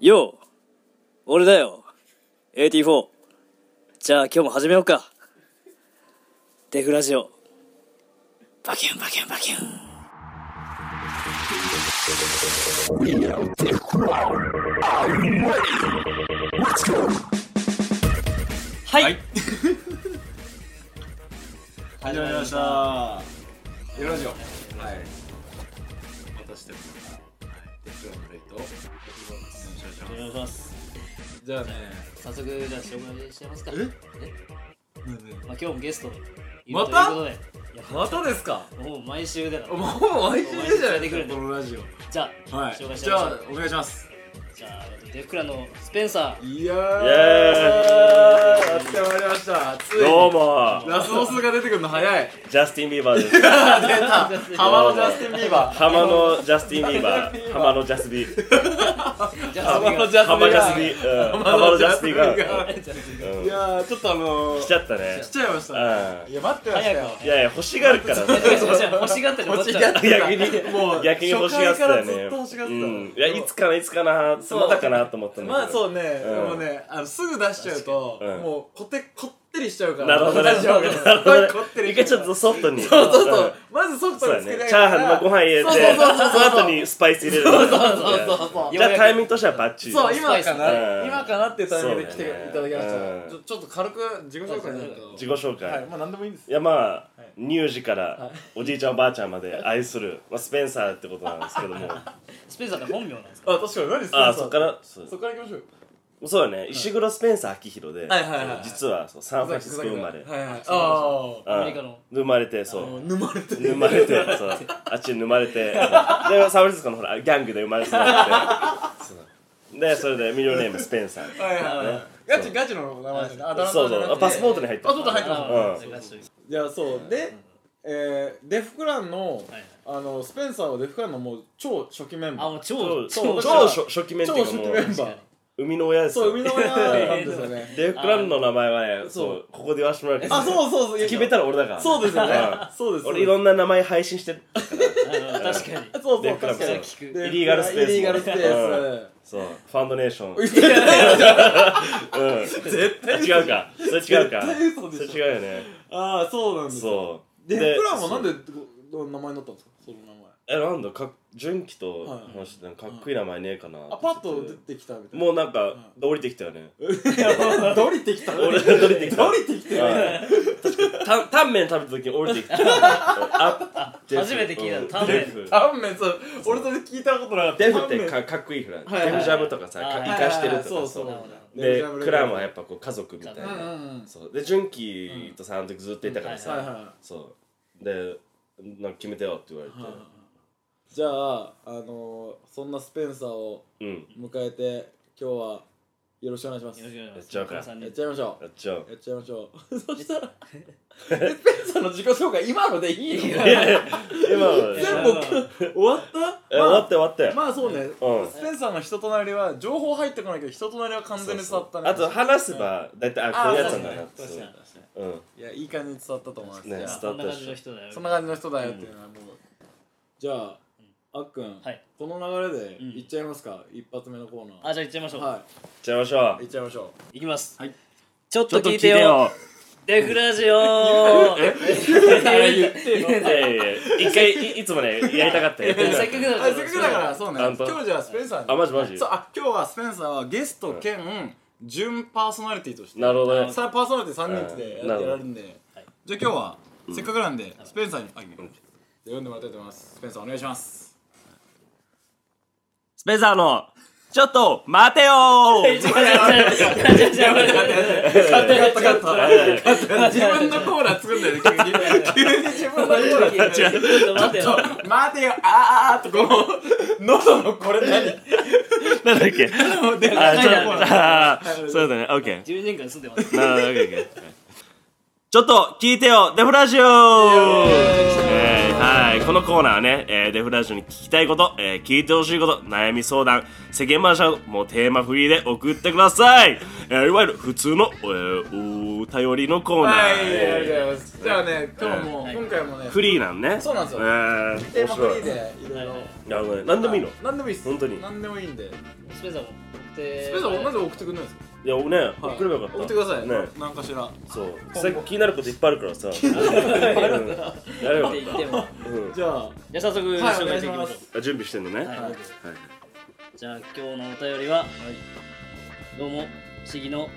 よう俺だよ AT4 じゃあ今日も始めようかデフラジオバキュンバキュンバキュンはい、はい。始まりました。エロラジオ。はい。私たちのテクノブレイト。よろしくお願いします。じゃあね。早速じゃあ紹介しちゃいますかえまあ、今日もゲストいるまというたことでいやまたですか。もう毎週だかもうら毎週じゃないですかこのラジオ。じゃあ、はい紹介。しちじゃいましょゃあうお願いします。じゃあデフクラのスペンサーいやイエー。やってまいりました。ついにどうもラスボスが出てくるの早い。ジャスティン・ビーバーです浜のジャスティンビーバー。浜のジャスティン・ビーバー浜のジャスビーじゃあ浜のジャスティンビ浜ージバャスビー。ーうん浜のジャスビーがじゃあうんいやーちょっとあのー、来ちゃったね来ちゃいましたういや待ってましたよ早く んいやいや欲しがるからさ欲しがってる欲しがって逆にもう逆に欲しがってたよ初回からずっねと欲しがってうたのんいやいつかないつかなそうまだかなと思ったんだけどまあそうね、うんでもねあのすぐ出しちゃうと、うんもうこてこってりしちゃうからなるほどねラジオがなるほどねこってり一回ちょっとソフトにそうそうそんうまずソフそうトだにつけねないチャーハンのご飯入れてそうそうそうそうその後にスパイス入れるそうそうそうそうじゃあタイミングとしてはバッチリそう今かうなん今かなっていうタイミングで来ていそうだねただきました、うんちょちょっと軽く自己紹介なんか自己紹介はいまあ何でもいいんですいやまあ、い乳児からおじいちゃんおばあちゃんまで愛する、まあ、スペンサーってことなんですけどもあスペンサーって本名なんですかあ確かに何する あそっかららそそうっから行きましょうそうだね石黒スペンサー昭弘で、はいはいはい実はそうサンフランシスコ生まれ、はいはいあうんアメリカの生まれてそあう沼れてる生まれて そうあっちに生まれてそうでサンフランシスコのほらギャングで生まれ育ってそうでそれでミリオネームスペンサーはいはいはいガチガチの名前ですねあだ名そうじゃなくそてうパスポートに入ってるあそうだ入ってますうんいやそうで、えー、デフクランの、あのスペンサーはデフクランのもう超初期メンあバーもう超超超超初初期面って超いう初期かもメンバうー生みの親ですよそう生みの親 なんですよねデフクランの名前はねそそううここで言わせてもらうけどあそうそうそう決めたら俺だからそうですよねうんそうです俺いろんな名前配信してるうん確かにそうそうデフクラン確かにそう聞でイリーガルスペースイリーガルスペーそうファウンドネーションうんス絶 対絶対違うかそれ違うか絶対嘘それでしょ違うよねああそうなんですよそうデフクランはなんそうでど名前になったんですかその名前えなんだかっ純喜とはいはい話してたのかっこいい名前ねえかなあパッと出てきたみたいなもうなんか降りてきた よねう降りてきた降俺降りてきたりてきてうんた タンメン食べた時に降りて きたあデフ初めて聞いたうタんンメンデフタンメンそう俺それ聞いたことなかったデフっタンメンてかかっこいいフランはいはいデフジャムとかさあかー生かしてるそとうかそうさうでクランはやっっぱこう家族みたいぱうんうなんうんそうで純喜とさあの時ずっといたからうんはいさはそうでなんか決めてよって言われていはいじゃああのーそんなスペンサーをうん迎えて今日はよろしくお願いしますよろしくお願いしますやっちゃうか皆さんにやっちゃいましょうやっち ゃおうやっちゃいましょうそした らスペンサーの自己紹介今のでいいのいやいや今はね全部終わったえ終わって終わってまあそうねうんスペンサーの人となりは情報入ってこないけど人となりは完全に伝わったねあと話せば大体あこういうやつなんだなって確かにうんいやいい感じに伝わったと思いますねじゃあ伝こわんな感じの人だよそんな感じの人だよっていうのはもう、じゃあ、あっくん、はいこの流れでうんいっちゃいますか、一発目のコーナーあじゃあ行っちゃいましょうは行っちゃいましょい行っちゃいましょいきますはいちょっうちょとっと聞聞いいててよよデフラジオ 言ってよいやいやいや一回いいつもねやりたかったやってみたせかっっかくだからう あたせっかくだからそうねあんた今日じゃあスペンサーにあマジマジそうあ今日はスペンサーはゲスト兼、準パーソナリティとしてなるほどねさあパーソナリティ3人でうんなやるほどられるんで、はいじゃあ今日は、せっかくなんでスペンサーに、あいいねじゃあ読んでもらいたいと思いますスペンサーお願いしますスペンサーのちょっと待て よーカ ットカットカット自分のコーナー作るんだよね 急に急に自分のコーナーちょっと待ってよ待てよあーあーってこの喉のこれ何なんだっけであちょっないと あーそうだねオッケ ー10年間住んでますなるほど OK OK ちょっと聞いてよデフラジオえーはいこのコーナーはね、えーデフラジオに聞きたいこと、えー聞いてほしいこと悩み相談世間話などもうテーマフリーで送ってください、 えーいわゆる普通の、えー、お便りのコーナー、はいありがとうございえますじゃあね今日も今回もねーフリーなんねそうなんですよえーテー面マフリ白いーでいろいろなるほどね何でもいいの何でもいいっす本当に何でもいいんでスペンサーもてスペースはまず送ってくんないですかいや俺ね送ればよかった送ってくださいねなんかしらそうさっき気になることいっぱいあるからさうんやればってよ言かっってもたうんじゃあじゃあ早速紹介していきましょあ準備してんのねう、ははいいじゃあ今日のお便りは、どうも市議の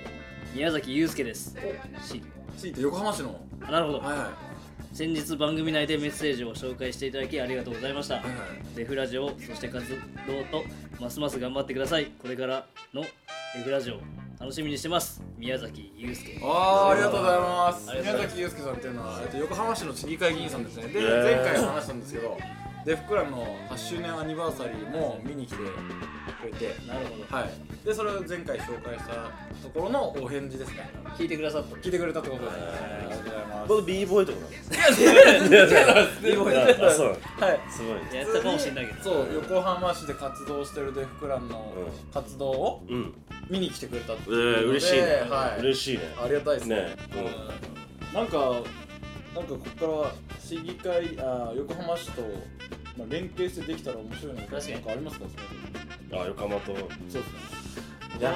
宮崎祐介です市議ついて横浜市のあなるほどはいはい先日番組内でメッセージを紹介していただきありがとうございましたはいはいデフラジオそして活動とますます頑張ってくださいこれからのデフラジオ楽しみにしてます宮崎祐介あーありがとうございますありがとうございま宮崎祐介さんっていうのは、えっと、横浜市の市議会議員さんですねでイエーイ前回話したんですけどでふくらの8周年アニバーサリーも見に来てくれてなるほどはいでそれを前回紹介したところのお返事ですね聞いてくださった聞いてくれたってことですねありがとうございます僕 b ボーイとかなんです いい声だあそうなのはいすごいねやったかもしれないけど そう横浜市で活動してるデフクランのう活動をうん見に来てくれたってえいうので、ー嬉しいねはい嬉しいねありがたいですねねうんなんかなんかここから市議会あー横浜市と、まあ、連携してできたら面白いの確かになんかありますかあ横浜とそうですねやっ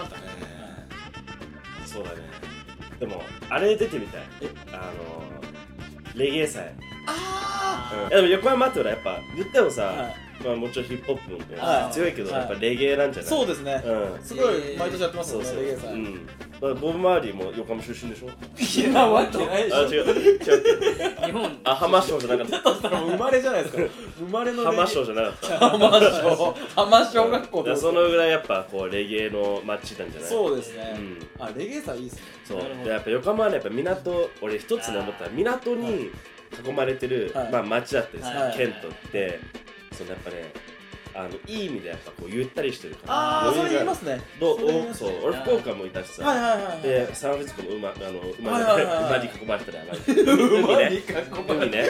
そうだねでもあれ出てみたいえあのレゲエ祭ああ、うんいやでも横浜ってほらやっぱ言ってもさ、はまあもちろんヒップホップもねはい強いけど、はいやっぱレゲエなんじゃないそうでですねす、うんすごい毎年やってますそもうんねそう、レゲエさうんん、だからボブ・マーリーも横浜出身でしょいやわけないでしあょ違う違う違う日本あ浜省じゃなかっただからもう生まれじゃないですか生まれのレゲエ浜省じゃなかった浜小浜小学校だかでらそのぐらいやっぱこうレゲエの街なんじゃないそうですね、うんあレゲエさんいいですねそうなるほどでやっぱ横浜はねやっぱ港俺一つね思ったら港に囲まれてる、はいまあ、町だったりさ、はい県とってそのやっぱねあのいい意味でやっぱこうゆったりしてる感じああそれ余言裕いまがあるすねどうそれ言いまおすそう俺福岡もいたしさ、はいはいはいでサンフランシスコも馬あの馬,、はいはいはいはい馬に囲まれてたらやばい海ね海ね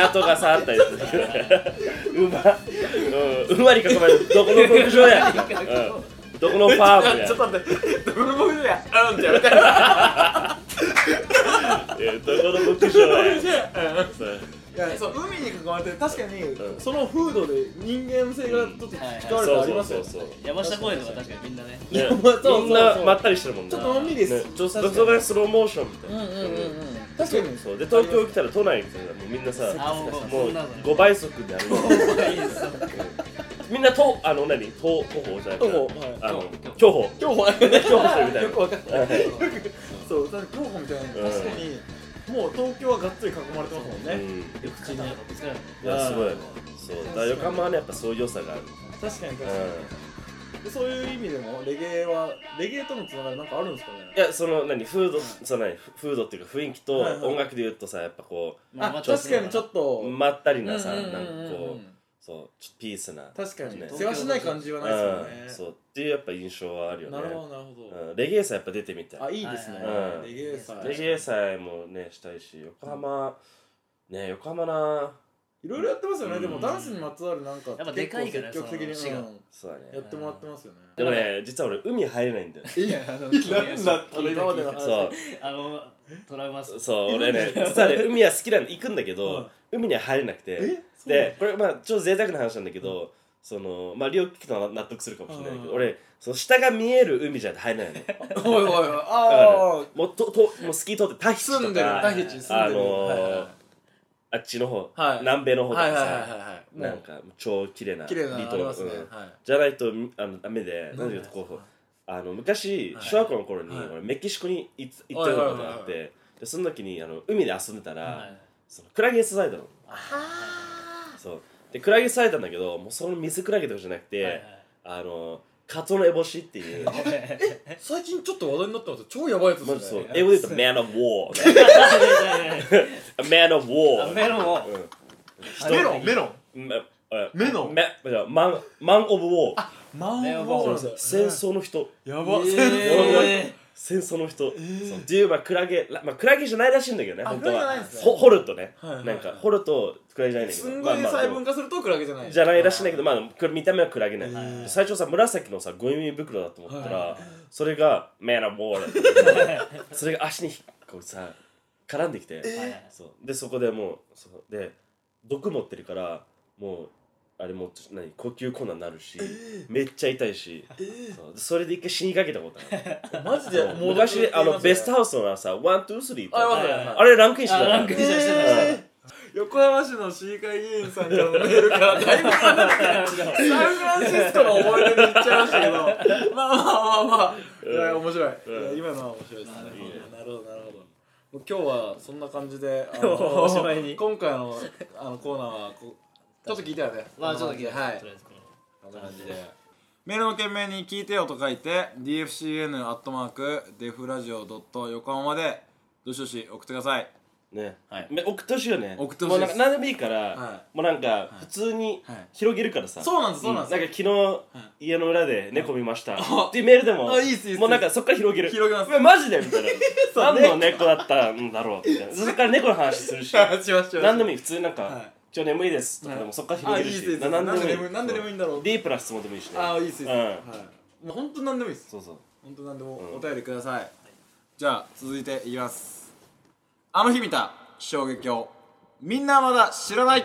港がさあったりする馬、うん、馬に囲まれてどこの牧場や、うん、どこのファームやちょっと待ってどこの牧場やうんってやめてえーどこの牧場やそういやそう海に囲まれて確かにその風土で人間性がちょっと使われてそありうそうますよそうねそう山下公園とか確かにみんなねねいやまあそうそうそうみんなまったりしてるもんねちょっとのんびりですねちょっとそこがスローモーションみたいうんな、うんうんうん確かにそうで東京来たら都内みたいなもうみんなさあもうもそうんなのね5倍速であるみんなとあの何と徒歩じゃないか徒歩はいあの競歩今日もね競歩してるみたいよなくわかんないそうだから今日みたいな確かにもう東京はがっつり囲まれてますもんうんねよく口にぶつかるいやすごいそうだから横浜はねやっぱそういう良さがある確かに確うんかにでそういう意味でもレゲエはレゲエとのつながりなんかあるんですかねいやその何フードその何フードっていうか雰囲気とはいはい音楽で言うとさやっぱこあ確かにちょっとうまったりなさうなんうんんかうんうんこうそうちょっとピースな確かにね世話しない感じはないうんですそよねうっていうやっぱ印象はあるよねなるほどなるほどうん、レゲエ祭やっぱ出てみたいあいいですねはいはいはいレゲエさんレいゲエ祭もねしたいし横浜、ね横浜なろいろやってますよねでうもんダンスにまつわるなんかやっぱでかいから結構積極そ的の市にがうんそうだやねってもらってます よねでもね実は俺海入れないんだよねいやなんだったの今までの話そあのトラウマスうそう俺ね実はね海は好きなんで行くんだけど、海には入れなくてでこれまあちょっと贅沢な話なんだけど、そのまあリオ聞くのは納得するかもしれないけど、うん俺その下が見える海じゃ入れないのおいおいおいだからああもうとともうスキー通ってタヒチとか住んでるタヒチ住んでるあのーはいはいはいあっちの方、はい南米の方とかはさ、いはいはいはいもなんうか超綺麗な綺麗なのありますねうんはいじゃないとみあのダメでな何んでででいうとすかこうあの昔、はい小学校の頃に、はい俺メキシコに行っ行ったことがあって、はいはいはいでその時にあの海で遊んでたら、はいそのクラゲスライドのそうでクラゲスライドなんだけどもうその水クラゲとかじゃなくて、はいはいあのカツオのエボシっ ていう最近ちょっと話題になってますよ超やばいやつまでずすそようね英語で言うと Man of War あ Man of あ War メロンメロンメロンめえメノめじゃあマンマン・オブ・ウォーマンオブボウォーール戦争の人やばえ戦争の人、そうっていうまあクラゲ、らまあ、クラゲじゃないらしいんだけどねあ本当クラゲじゃはないんですねほ掘るとね、はいはいなんか掘るとクラゲじゃないんだけどすんごいまあまあ細分化するとクラゲじゃないじゃないらしいんだけど、まあ、これ見た目はクラゲね、はい最初さ紫のさゴミ袋だと思ったら、それが「メラボール」それが足にひっこうさ絡んできて、ーそうでそこでもうそうで毒持ってるからもうあれもっと何呼吸困難になるし、めっちゃ痛いし、そうそれで一回死にかけたことあるマ ジでそう昔あのベストハウスのさワン・ツー・スリーってあわかるあれランクインしてたからランクインしてましたね横浜市の市議会議員さんからのメールからだいぶ離れてサンフランシスコの思い出に行っちゃいましたけどまあまあまあまあいや面白いいや今のは面白い ですねなるほどなるほどもう今日はそんな感じであのおしまいに今回のあのコーナーはこちょっと聞いたよねまあちょっと聞いてはといりあえずこのこんな感じでメールの件名に「聞いてよ」と書いて DFCN アットマークデフラジオドット横浜までどしどし送ってくださいね、はいめ送ってほしいよね送ってほしいもうなでんすか何でもいいから、はもうなんか普通にはい広げるからさ、そうなんですそうなんですなんか昨日、家の裏で猫見ました、あっていうメールでもあいいっすいいっすもうなんかそっから広げる広げますうわマジでみたいな 何の猫だったんだろうみたいなそっから猫の話す るししましょう何でもいい普通になんか、はい今日眠いですとかでもそっから広げるし、あいいっすいいっすな何でもいなんで眠いいなんで眠いんだろうディープな質問でもいいしねああいいっすいいっす、うんはいもう本当なんでもいいっすそうそう本当なんでもお便りください、じゃあ続いていきますあの日見た衝撃をみんなまだ知らないいや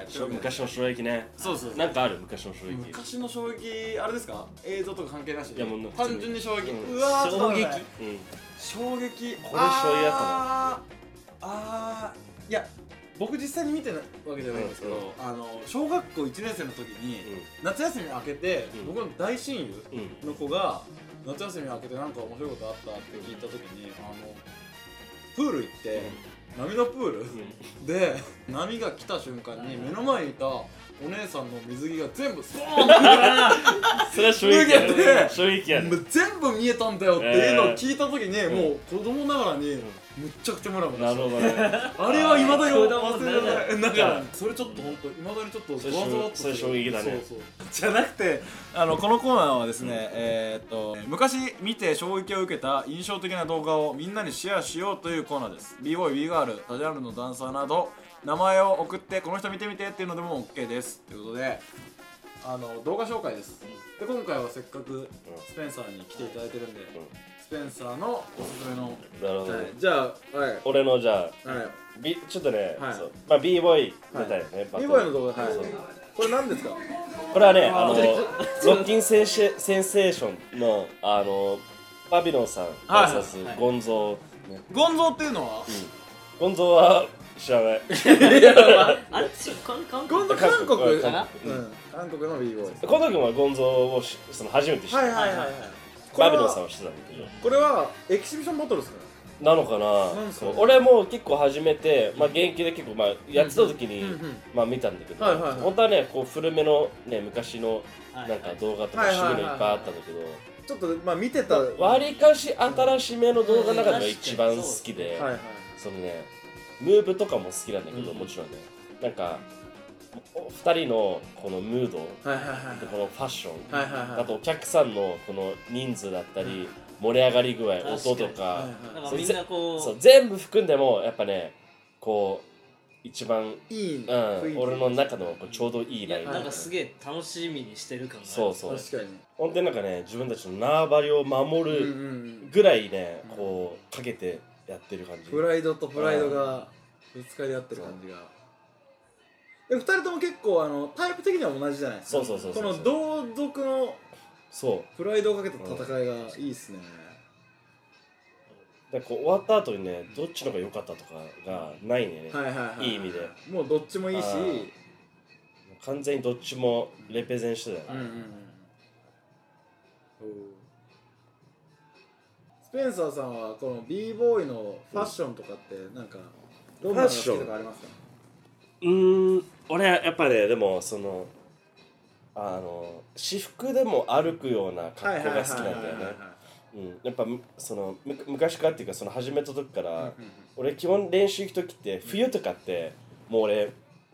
イエーイー昔の衝撃ねそうそうなんかある昔の衝撃昔の衝撃あれですか映像とか関係なしいやもう単純に衝撃、ううんわーちょっと衝待って撃うん衝撃これ醤油やったあーあーいや僕実際に見てないわけじゃないんですけど、うんうんあの小学校1年生の時に、夏休み明けて、うん僕の大親友うんうんの子が夏休み明けてなんか面白いことあったって聞いた時にあのプール行って、波のプール、 で波が来た瞬間に目の前にいたお姉さんの水着が全部スポーンってそれは衝撃や脱げて衝撃やねもう全部見えたんだよっていうのを聞いた時に、もう子供ながらにむっちゃくちゃムラムラなしるたほどねあれは未だにそうだもん忘ねれられないだからうんそれちょっと本当未だにちょっとそれゾワゾワっとするそれ衝撃だねそうそうじゃなくてあのこのコーナーはですね、えーっと昔見て衝撃を受けた印象的な動画をみんなにシェアしようというコーナーです b ボーイ b ガール多ジャンルのダンサーなど名前を送ってこの人見てみてっていうのでも OK ですということであの動画紹介ですで今回はせっかくスペンサーに来ていただいてるんで、スペンサーのおすすめの、なるほどはいねじゃあはい俺のじゃあはい B ちょっとねはいそうまあ b ボーイだったよねバトル b ボーイの動画はいそうこれ何ですかこれはねあのロッキンセンシェセンセーションのあのバビロンさんはい VS ゴンゾーねゴンゾーっていうのはゴンゾーは知らないあれちょこんこんゴンゾー韓韓国国韓うん韓国の b ボーイこの時もゴンゾーをしその初めて知ってはいはいバビロンさんんは知ってたんだけどこれはエキシビションバトルですかなのかなんなかそう俺も結構始めて、まあ、現役で結構、まあ、やってた時に、うんうんまあ、見たんだけど、はいはいはい本当はねこう古めの、ね、昔のはいなんか動画とかはい渋はいいのはいいっぱいあったんだけど、ちょっとまあ見てたはいは割かし新しめの動画の中でが一番好きで、いはいそのねムーブとかも好きなんだけど、もちろんねなんかお二人のこのムードはいはいはいでこのファッション、はいはいはいあとお客さんのこの人数だったり盛り上がり具合音とか、はいなんはかみんなこうそう全部含んでもやっぱねこう一番、いいいうん、雰囲気俺の中のこうちょうどいいいラやインなんかすげえ楽しみにしてる感があるそうそう確かにほんでなんかね自分たちの縄張りを守うんうんるうんぐらいね、こうかけてやってる感じプライドとプライドがぶつかり合ってる感じがえ二人とも結構あのタイプ的には同じじゃないですそかうそうそうこそうの同族のそプライドをかけた戦いがいいっすねうだからこう終わった後にねどっちのが良かったとかがないね、はいはいはいいい意味でもうどっちもいいしあうーん完全にどっちもレペゼンしてたようね、んうんスペンサーさんはこの b ボーイのファッションとかってなんかどんなのが好きとかありますかうーん俺やっぱねでもそのあの私服でも歩くようなはい格好はいがはい好きはいなはんいだよねうんやっぱむそのむ昔からっていうかその始めた時から、うんうん俺基本練習行く時って冬とかってもう俺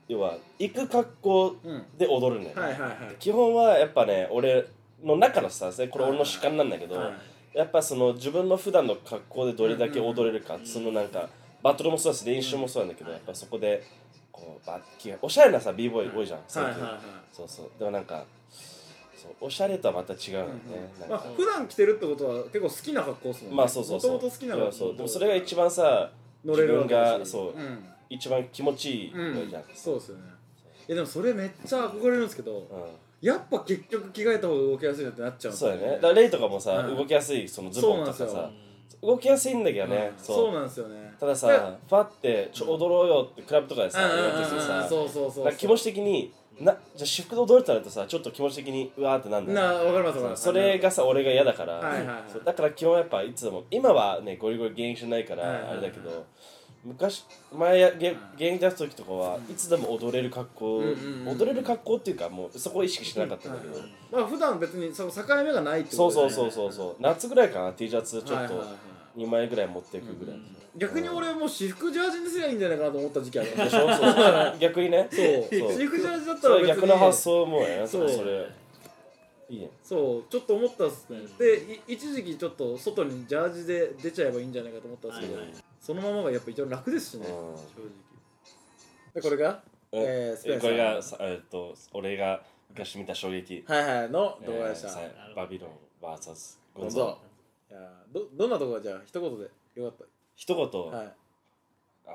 要は行く格好で踊るのよ、はいはいはい基本はやっぱね俺の中のさそれこれ俺の主観なんだけど、はいやっぱその自分の普段の格好でどれだけ踊れるか、そのなんかバトルもそうだし練習もそうなんだけど、やっぱそこでこうバッキおしゃれなさ b ボーイ多いじゃん、最はい近、はいはいそうそうでもなんかそうおしゃれとはまた違うよね、なんまあか、普段着てるってことは結構好きな格好っすもんねまあそうそうそうもともと好きなそ格う好そうでもそれが一番さ乗れ自るわ分けだがしそう、ん一番気持ちいいうんのじゃん、そうですよねいやでもそれめっちゃ憧れるんですけど、うんやっぱ結局着替えた方が動きやすいなってなっちゃうんですそうよやねだからレイとかもさ、うん動きやすいそのズボンとかそうなさん動きやすいんだけどね、そうなんですよねただいさやファってちょ踊ろうよってクラブとかでさうんうんやうっんてるうん人さそうそうそうなんか気持ち的になじゃあ私服で踊れたらとさちょっと気持ち的にうわーってなんだよなわかりますわかりますそれがさ俺が嫌だから、はいはいはいそうだから基本やっぱいつも今はねゴリゴリ現役じゃないかはいはいはらいあれだけど、昔前やげ現役出す時とかはいつでも踊れる格好、んうんうん踊れる格好っていうかもうそこを意識してなかったんだけど、まあ普段別にその境目がないってそこうとそでうすねそうそうそう夏ぐらいかな T シャツちょはっいはいとはい2枚ぐらい持っていくぐらい、逆に 俺もう私服ジャージにすりゃいいんじゃないかなと思った時期あるでしょそうそう逆にねそうそう私服ジャージだったそられ別に逆の発想もやなそそうれそれいいねそうちょっと思ったっすねでい一時期ちょっと外にジャージで出ちゃえばいいんじゃないかと思ったんですけど、そのままがやっぱ一番楽ですしね、うん正直でこれがえースペンサーこれがさえっと俺が昔見た衝撃はいはいの動画でした、えーさバビロン VS どゴうンゾーぞいやーどどんなとこがじゃあ一言でよかっ一た言、はいあー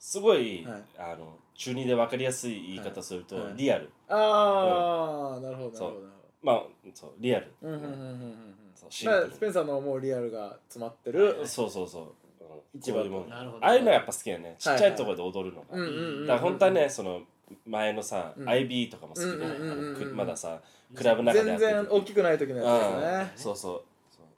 すごい、はいあの中二で分かりやすい言い方すると、はいリアルああ、なるほどなるそうほどなるまあそうリアル、ほどうんうんうんうんうんそううんシンだからスプペンサーの思うリアルが詰まってるルそうそうそう、うん一番こういうもんなるほどああいうのがやっぱ好きやねちっちゃいところで踊るのが、うんうんうんだから本当はねその前のさ、うん IB とかも好きで、うんうんうんうんあのくまださクラブの中で全やってて然大きくない時のやつですねそうそう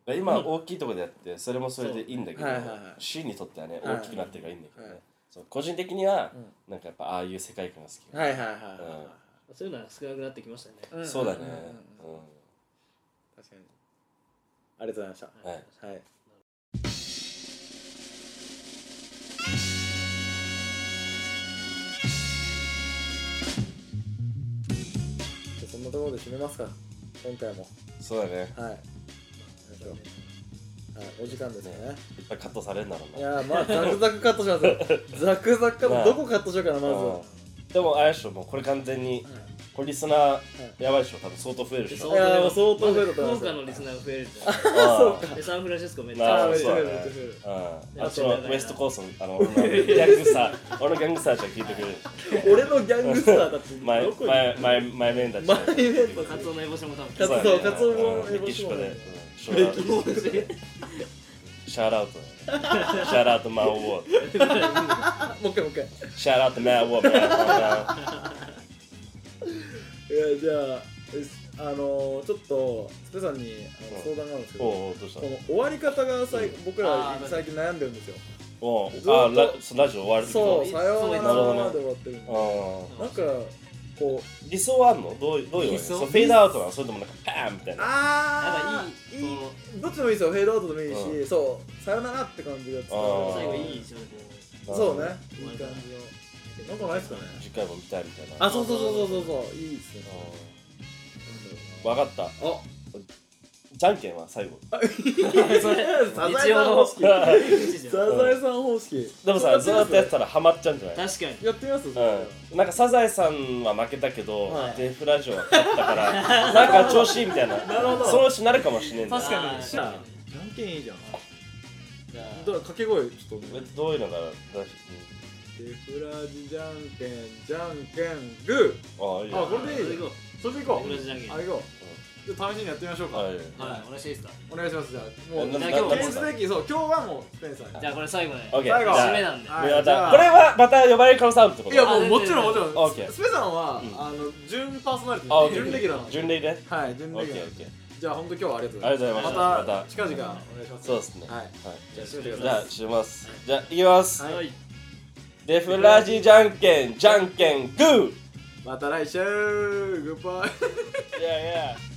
そう今大きいところでやってそれもそれでいいんだけどはいはいはいシーンにとってはねはい大きくなってるからいいんだけどはねいそう個人的にはうなんかやっぱああいう世界観が好きはいはいはいはいはそういうのは少なくなってきましたねい、んんんんそうだね確かにありがとうございましうんはいたはいじゃあそんなところで締めますか今回もそうだねはいはい、お時間ですよね。いっぱいカットされるんだろいうなやー、まあ、ザクザクカットし ますよ。ザクザクカッまあト、どこカットしようかな、まずは。うんでもあれでしょもうこれ完全にこれリスナーやばいでしょ多分相当増えるでしょいやーもう相当増えたと福思います岡のリスナーが増えるんじゃなそういでサンフランシスコめっちまゃああー、めっそちうゃだ増ねえる、めっちゃ増える。うんあっちのウエストコースのあの俺のギャングスター俺のギャングスターちゃん聞いてくれる俺のギャングスターだって前どこに前前前面だちゃん前面立ちカツオの烏帽子も多分カツオそうだねカツオもうんメキシコでうんシメョキシーコラシャーラウトシャーラウトマンウォーもう一回もう一回シャーラウトマンウォーいやじゃあえすあのー、ちょっとスペさんにあのうん相談があるんですけど、おうおうどうしたこのの終わり方がさい、僕らあー最近悩んでるんですよおうずっとあラそうラジオ終わるそういつさようななるほらどまでね終わってるんでうなんかこうん理想はあんのどうどういうの理想そうフェードアウトなのそれともなんかパーンみたいななんあかーいいこいいどっちでもいいですよフェードアウトでもいいし、うそうさようならって感じが伝うわ最後るいい印象でそうねうんいい感じのなんかないっすかね次回も見たいみたいなあそうそうそうそうそうそういいっすねうんわかったあじゃんけんは最後それサザエ日さ曜んの方式日サ常ザエさん方式でもさずーっとやってたらハマっちゃうんじゃない確かにやってみますうん、なんかサザエさんは負けたけど、はいデフラジオは勝ったから なんか調子いいみたいなるほどそのうちなるかもしれんない確かにじゃあじゃんけんいいじゃんどう掛け声ちょっとお願いどういうのが出しデフラジじゃんけんじゃんけんグああいーいよあこれでいい行こそれでいこうう俺じゃんけんあ行こうじゃあ試しにやってみましょうかはいはい同じですかお願いしますじゃあもうなじゃあ今日記は念すべきそう今日はもうスペンサーじゃあこれ最後ねオッケー最後じゃあ締めなんではこいれまじゃたあこれはまた呼ばれる可能性あるってこといやもあうもちろんも全ち然ろんオッケースペさんはうんあの準パーソナリテあオッィケー準レギュラーなんで順礼ではい準オレッギケュラーオーッケーじゃあ本当今日はありがとうごありがざとういごまざいすままたした近々お願いしますそうですねはいはいじゃあ締めてくじゃだあさいしますじゃあいきます、はいデフラジじゃんけんじゃんけんグーまた来週グッバイいやいや